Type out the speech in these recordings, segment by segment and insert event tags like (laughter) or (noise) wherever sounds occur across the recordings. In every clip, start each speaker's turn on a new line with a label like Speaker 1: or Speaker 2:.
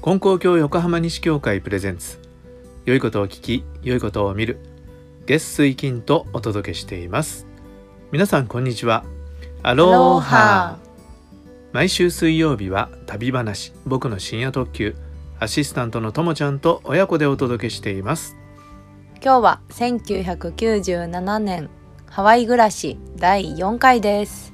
Speaker 1: 金光教横浜西教会プレゼンツ良いことを聞き良いことを見る月水金とお届けしています皆さんこんにちはアローハ
Speaker 2: ローハ
Speaker 1: 毎週水曜日は旅話僕の深夜特急アシスタントのともちゃんと親子でお届けしています
Speaker 2: 今日は1997年ハワイ暮らし第4回です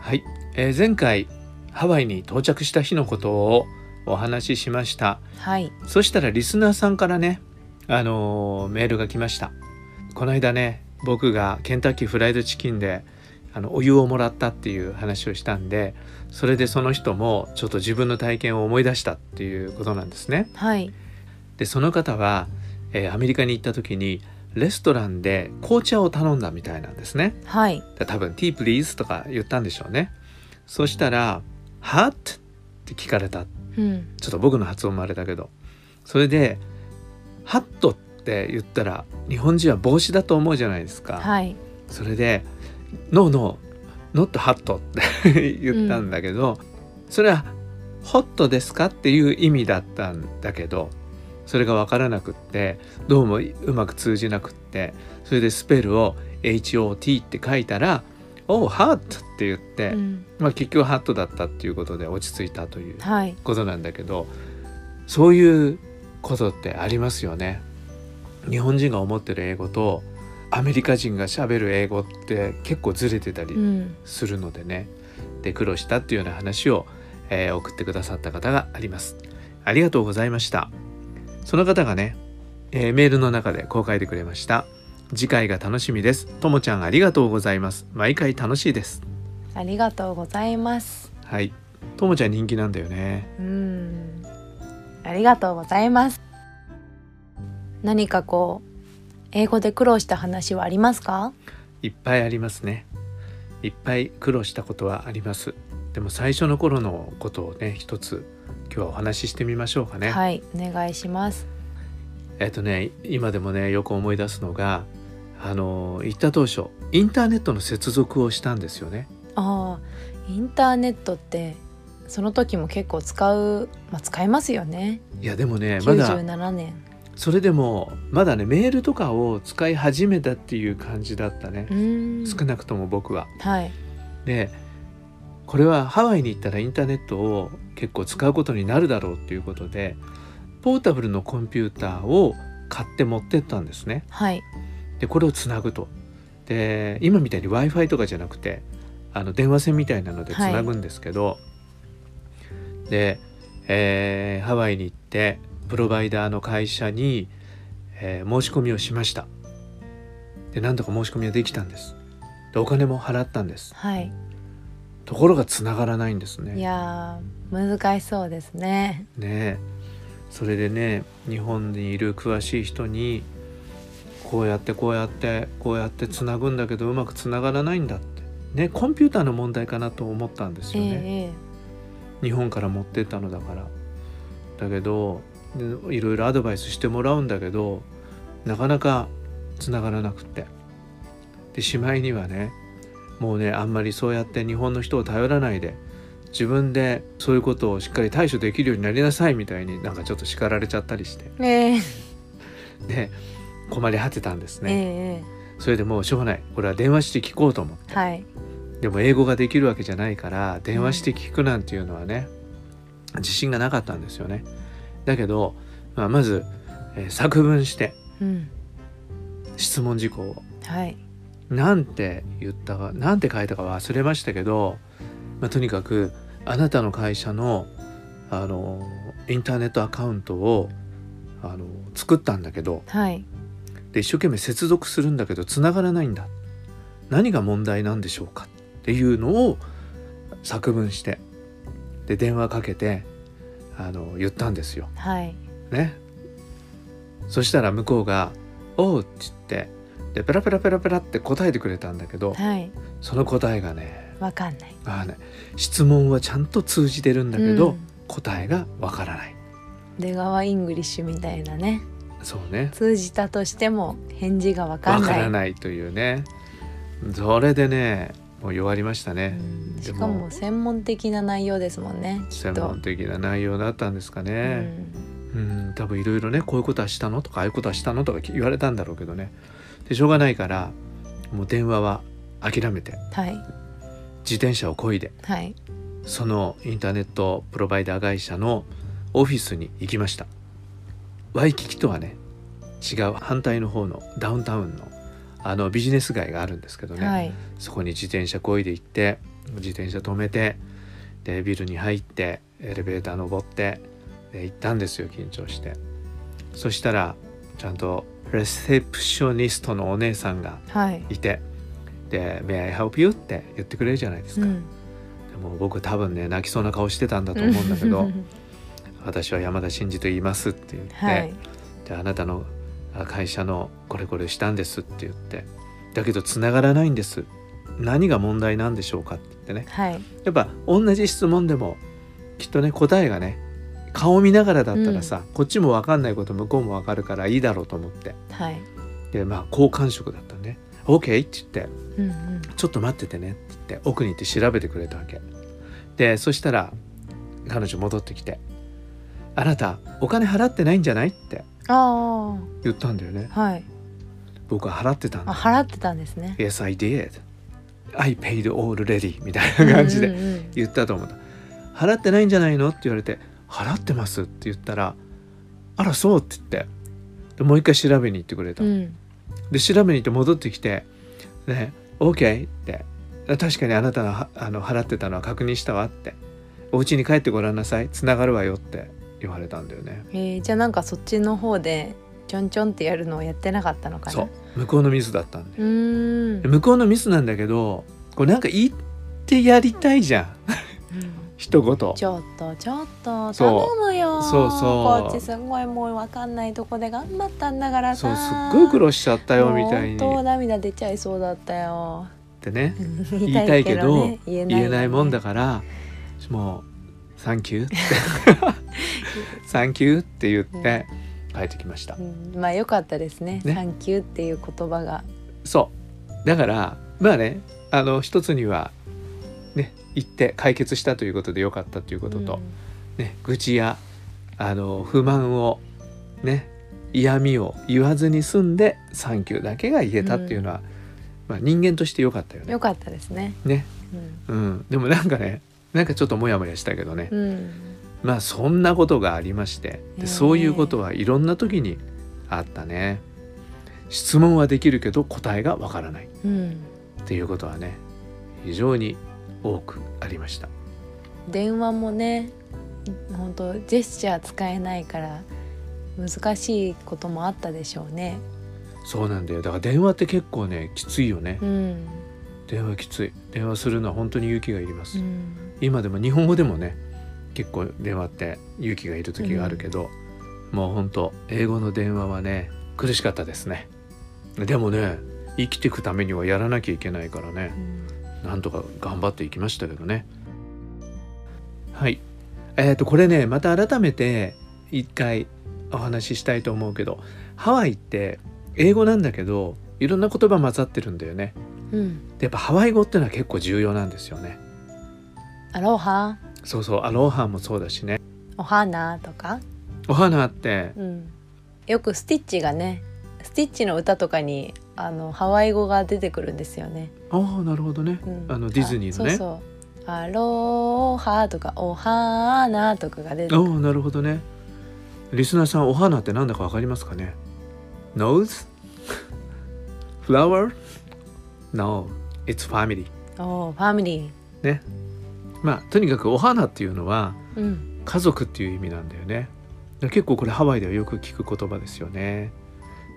Speaker 1: はい、えー前回ハワイに到着した日のことをお話ししました
Speaker 2: はい
Speaker 1: そしたらリスナーさんからね、あのーメールが来ました。この間ね、僕がケンタッキーフライドチキンであのお湯をもらったっていう話をしたんで、それでその人もちょっと自分の体験を思い出したっていうことなんですね。
Speaker 2: はい
Speaker 1: で、その方は、えーアメリカに行った時にレストランで紅茶を頼んだみたいなんですね。
Speaker 2: はい
Speaker 1: で多分「ティープリーズ」とか言ったんでしょうね。そしたら「ハッ?」って聞かれた
Speaker 2: うん
Speaker 1: ちょっと僕の発音もあれだけどそれで「ハット」って言ったら日本人は帽子だと思うじゃないですか、
Speaker 2: はい
Speaker 1: それで「ノーノーノットハット」って言ったんだけど、それは「ホットですか?」っていう意味だったんだけどそれが分からなくってどうもうまく通じなくってそれでスペルを「HOT」って書いたら「おうハット」って言って、
Speaker 2: うん
Speaker 1: まあ、結局ハットだったっていうことで落ち着いたという
Speaker 2: はい
Speaker 1: ことなんだけどそういうことってありますよね。日本人が思ってる英語とアメリカ人が喋る英語って結構ずれてた
Speaker 2: う
Speaker 1: り
Speaker 2: ん
Speaker 1: するのでね、で苦労したっていうような話を、えー送ってくださった方があります。ありがとうございました。その方がね、えーメールの中でこう書いてくれました。次回が楽しみです。ともちゃんありがとうございます。毎回楽しいです。
Speaker 2: ありがとうございます
Speaker 1: はい。ともちゃん人気なんだよね。
Speaker 2: うんありがとうございます何かこう英語で苦労した話はありますか
Speaker 1: いっぱいありますねいっぱい苦労したことはありますでも最初の頃のことをね一つ今日はお話ししてみましょうかね、
Speaker 2: はいお願いします
Speaker 1: えっとね今でもねよく思い出すのがあの行った当初インターネットの接続をしたんですよね
Speaker 2: ああインターネットってその時も結構使う、まあ、使いますよね
Speaker 1: いやでもねまだ
Speaker 2: 97年、
Speaker 1: それでもまだねメールとかを使い始めたっていう感じだったね
Speaker 2: うーん
Speaker 1: 少なくとも僕は
Speaker 2: はい
Speaker 1: でこれはハワイに行ったらインターネットを結構使うことになるだろうということでポータブルのコンピューターを買って持ってったんですね
Speaker 2: はい
Speaker 1: でこれをつなぐとで今みたいに w i f i とかじゃなくてあの電話線みたいなのでつなぐんですけど、で、えーハワイに行ってプロバイダーの会社に、えー申し込みをしましたでなんとか申し込みはできたんですでお金も払ったんです
Speaker 2: はい
Speaker 1: ところが繋がらないんです
Speaker 2: い
Speaker 1: ね。
Speaker 2: やー難しそうですね
Speaker 1: ねえそれでね日本にいる詳しい人にこうやってこうやってこうやってつなぐんだけどうまくつながらないんだってねコンピューターの問題かなと思ったんです
Speaker 2: え
Speaker 1: よ
Speaker 2: え
Speaker 1: ね、
Speaker 2: ええ
Speaker 1: 日本から持ってったのだからだけどでいろいろアドバイスしてもらうんだけどなかなかつながらなくってでしまいにはねもうねあんまりそうやって日本の人を頼らないで自分でそういうことをしっかり対処できるようになりなさいみたいになんかちょっと叱られちゃったりして
Speaker 2: ええ
Speaker 1: で困り果てたんです
Speaker 2: え
Speaker 1: ね、
Speaker 2: ええ
Speaker 1: それでもうしょうがないこれは電話して聞こうと思って
Speaker 2: えはい
Speaker 1: でも英語ができるわけじゃないから電話して聞くなんていうのはね、自信がなかったんですよね。だけど、まあ、まず、えー作文して
Speaker 2: うん
Speaker 1: 質問事項を
Speaker 2: はい
Speaker 1: なんて言ったかなんて書いたか忘れましたけど、まあ、とにかくあなたの会社のあのインターネットアカウントをあの作ったんだけど
Speaker 2: はい
Speaker 1: で一生懸命接続するんだけど繋がらないんだ何が問題なんでしょうかっていうのを作文してで電話かけてあの言ったんですよ。
Speaker 2: はい
Speaker 1: ね。そしたら向こうが「おう」って言ってでペラペラペラペラって答えてくれたんだけど
Speaker 2: はい
Speaker 1: その答えがね
Speaker 2: わかんない
Speaker 1: あーね質問はちゃんと通じてるんだけど、
Speaker 2: うん
Speaker 1: 答えがわからない。
Speaker 2: 出川イングリッシュみたいなね
Speaker 1: そうね。
Speaker 2: 通じたとしても返事がわか
Speaker 1: わ
Speaker 2: ん
Speaker 1: か
Speaker 2: ない
Speaker 1: らないというねそれでねもう弱りましたね、
Speaker 2: うん
Speaker 1: で
Speaker 2: し
Speaker 1: も
Speaker 2: かも専門的な内容ですもんねき
Speaker 1: 専
Speaker 2: っと
Speaker 1: 門。的な内容だったんですかね、うん、多分いろいろねこういうことはしたのとかああいうことはしたのとか言われたんだろうけどねでしょうがないからもう電話は諦めて
Speaker 2: うん、はい
Speaker 1: 自転車をこいで
Speaker 2: はい
Speaker 1: そのインターネットプロバイダー会社のオフィスに行きましたワイキキとはね違う反対の方のダウンタウンのあのビジネス街があるんですけどね、
Speaker 2: はい
Speaker 1: そこに自転車こいで行って自転車止めてでビルに入ってエレベーター登ってで行ったんですよ緊張してそしたらちゃんとレセプショニストのお姉さんが
Speaker 2: はい。
Speaker 1: いてで「May I help you?」って言ってくれるじゃないですか、
Speaker 2: うん。
Speaker 1: でも僕多分ね泣きそうな顔してたんだと思うんだけど
Speaker 2: (laughs)
Speaker 1: 「私は山田真二と言います」って言って、
Speaker 2: はい
Speaker 1: であなたのあ会社のこれこれしたんですって言ってだけど繋がらないんです何が問題なんでしょうかって言ってね
Speaker 2: はい。
Speaker 1: やっぱ同じ質問でもきっとね答えがね顔見ながらだったらさ、こっちも分かんないこと向こうも分かるからいいだろうと思って
Speaker 2: はい。
Speaker 1: でまあ好感触だったね OK って言って
Speaker 2: うんうん。
Speaker 1: ちょっと待っててねって言って奥に行って調べてくれたわけでそしたら彼女戻ってきて「あなたお金払ってないんじゃない?」って
Speaker 2: あ
Speaker 1: 言ったんだよね
Speaker 2: あはい。
Speaker 1: 僕は払ってたん
Speaker 2: あ
Speaker 1: だ
Speaker 2: 払ってたんですね。
Speaker 1: Yes I did I paid already みたいな (laughs) 感じ
Speaker 2: うん
Speaker 1: で
Speaker 2: うんうん
Speaker 1: 言ったと思った払ってないんじゃないのって言われて払ってますって言ったらあらそうって言ってでもう一回調べに行ってくれた、
Speaker 2: うん
Speaker 1: で調べに行って戻ってきて「ね OK」って「確かにあなたのはあの払ってたのは確認したわ」って「お家に帰ってごらんなさいつながるわよ」って言われたんだよね。
Speaker 2: えーじゃあなんかそっちの方でちょんちょんってやるのをやってなかったのかな。
Speaker 1: そう。向こうのミスだったんで
Speaker 2: うーん。
Speaker 1: 向こうのミスなんだけどこうなんか言ってやりたいじゃん
Speaker 2: うん
Speaker 1: 一言。
Speaker 2: ちょっとちょっと
Speaker 1: そう
Speaker 2: 頼むよ
Speaker 1: そうそう
Speaker 2: こっちすごいもうわかんないとこで頑張ったんだから
Speaker 1: そう
Speaker 2: さ
Speaker 1: すっごい苦労しちゃったよみたいに
Speaker 2: もう本当
Speaker 1: っ
Speaker 2: 涙出ちゃいそうだったよ
Speaker 1: てね
Speaker 2: (laughs) 言
Speaker 1: 言いたいけど
Speaker 2: ね言えない
Speaker 1: 言えないもんだ
Speaker 2: か
Speaker 1: からもう「サンキュー」
Speaker 2: (laughs)
Speaker 1: って「サンキュー」って言って帰ってきました。
Speaker 2: うんまあ良かったですね
Speaker 1: ね
Speaker 2: サンキューっていう言葉が
Speaker 1: そうだからまあねあの一つにはね行って解決したということでよかったということと、ね、愚痴やあの不満をね嫌味を言わずに済んで「サンキュー」だけが言えたっていうのは、まあ、人間としてよかったよ
Speaker 2: うん
Speaker 1: ね
Speaker 2: 良。かったですね
Speaker 1: ね、
Speaker 2: うん
Speaker 1: うん、でもなんかねなんかちょっとモヤモヤしたけどね、
Speaker 2: うん
Speaker 1: まあそんなことがありまして
Speaker 2: ねえ
Speaker 1: でそういうことはいろんな時にあったね。質問はできるけど答えがわからない。
Speaker 2: うん
Speaker 1: っていうことはね非常に多くありました
Speaker 2: 電話もね本当ジェスチャー使えないから難しいこともあったでしょうね
Speaker 1: そうなんだよだから電話って結構ねきついよね、
Speaker 2: うん、
Speaker 1: 電話きつい電話するのは本当に勇気がいります、
Speaker 2: うん
Speaker 1: 今でも日本語でもね結構電話って勇気がいる時があるけど、もう本当英語の電話はね苦しかったですねでもね生きていくためにはやらなきゃいけないからね、
Speaker 2: うん
Speaker 1: なんとか頑張っていきましたけどねはいえー、とこれねまた改めて一回お話ししたいと思うけどハワイって英語なんだけどいろんな言葉混ざってるんだよね
Speaker 2: うん、
Speaker 1: でやっぱハワイ語ってのは結構重要なんですよね
Speaker 2: アロハ
Speaker 1: そうそうアロハもそうだしね
Speaker 2: お花とか、
Speaker 1: お花って
Speaker 2: うん、よくスティッチがねスティッチの歌とかにあのハワイ語が出てくるんですよね
Speaker 1: ああなるほどね
Speaker 2: うん
Speaker 1: あのディズニーのね
Speaker 2: あそうそうアロハとかおはーなとかが出て
Speaker 1: あ
Speaker 2: く
Speaker 1: あ
Speaker 2: る
Speaker 1: なるほどねリスナーさんお花ってなんだかわかりますかね Nose? (laughs) Flower? No, it's family
Speaker 2: おーファミリ
Speaker 1: まあとにかくお花っていうのは
Speaker 2: ー、うん、
Speaker 1: 家族っていう意味なんだよねだから結構これハワイではよく聞く言葉ですよね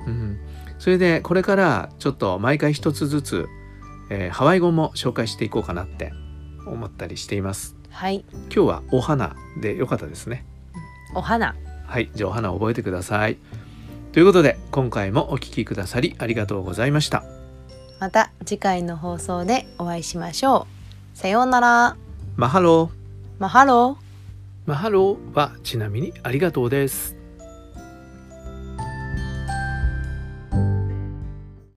Speaker 1: うんそれでこれからちょっと毎回一つずつ、えーハワイ語も紹介していこうかなって思ったりしています
Speaker 2: はい
Speaker 1: 今日はお花でよかったですね
Speaker 2: お花
Speaker 1: はい、じゃあお花を覚えてください。ということで、今回もお聞きくださりありがとうございました。
Speaker 2: また次回の放送でお会いしましょうさようなら
Speaker 1: マハロー。
Speaker 2: マハロー
Speaker 1: マハローはちなみにありがとうです。